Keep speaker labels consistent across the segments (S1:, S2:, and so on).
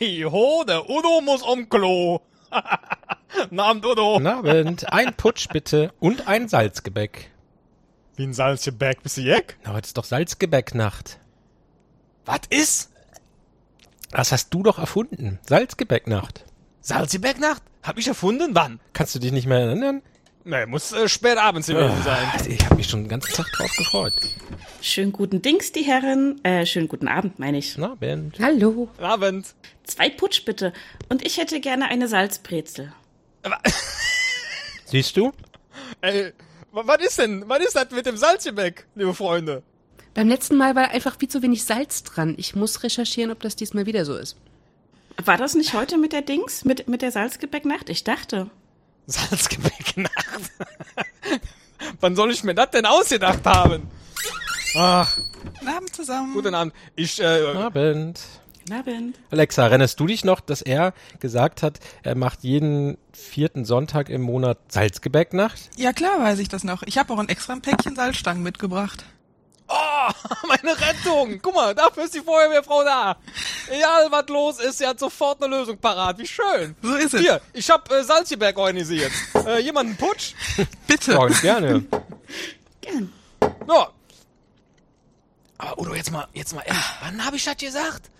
S1: Ho, der Udo muss um Klo. Abend, Udo.
S2: Guten Abend. Ein Putsch bitte und ein Salzgebäck.
S1: Wie ein Salzgebäck, bist du jeck?
S2: Na, heute ist doch Salzgebäcknacht.
S1: Was ist?
S2: Das hast du doch erfunden. Salzgebäcknacht.
S1: Salzgebäcknacht? Hab ich erfunden? Wann?
S2: Kannst du dich nicht mehr erinnern?
S1: Nee, muss äh, spät abends gewesen sein.
S2: Also, ich habe mich schon den ganzen Tag drauf gefreut.
S3: Schönen guten Dings, die Herren. Äh, schönen guten Abend, meine ich.
S2: Na, Bernd.
S4: Hallo.
S1: Abend.
S3: Zwei Putsch bitte. Und ich hätte gerne eine Salzbrezel.
S2: Siehst du?
S1: Ey, wa- was ist denn? Was ist das mit dem Salzgebäck, liebe Freunde?
S4: Beim letzten Mal war einfach viel zu wenig Salz dran. Ich muss recherchieren, ob das diesmal wieder so ist.
S3: War das nicht heute mit der Dings? Mit, mit der Salzgebäcknacht? Ich dachte.
S1: Salzgebäcknacht. Wann soll ich mir das denn ausgedacht haben? Ach,
S5: Guten Abend zusammen.
S1: guten Abend. Ich, äh,
S2: Abend.
S3: Guten Abend.
S2: Alexa, erinnerst du dich noch, dass er gesagt hat, er macht jeden vierten Sonntag im Monat Salzgebäcknacht?
S5: Ja klar weiß ich das noch. Ich habe auch ein extra Päckchen Salzstangen mitgebracht.
S1: oh, meine Rettung. Guck mal, dafür ist die Feuerwehrfrau da. Egal, was los ist, sie hat sofort eine Lösung parat. Wie schön.
S5: So ist es.
S1: Hier, ich hab äh, Salzgebäck organisiert. Äh, jemanden Putsch?
S5: Bitte.
S2: Ja, gerne.
S3: Gern.
S1: Ja. Aber Udo, jetzt mal, jetzt mal ehrlich, wann habe ich das gesagt?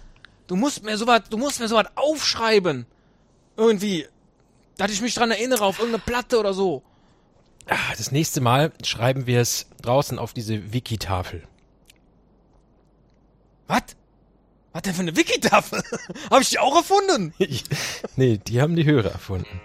S1: Du musst mir sowas, du musst mir sowas aufschreiben. Irgendwie. Dass ich mich dran erinnere auf irgendeine Platte oder so.
S2: Ah, Das nächste Mal schreiben wir es draußen auf diese Wiki-Tafel.
S1: Was? Was denn für eine Wiki-Tafel? habe ich die auch erfunden?
S2: nee, die haben die Hörer erfunden.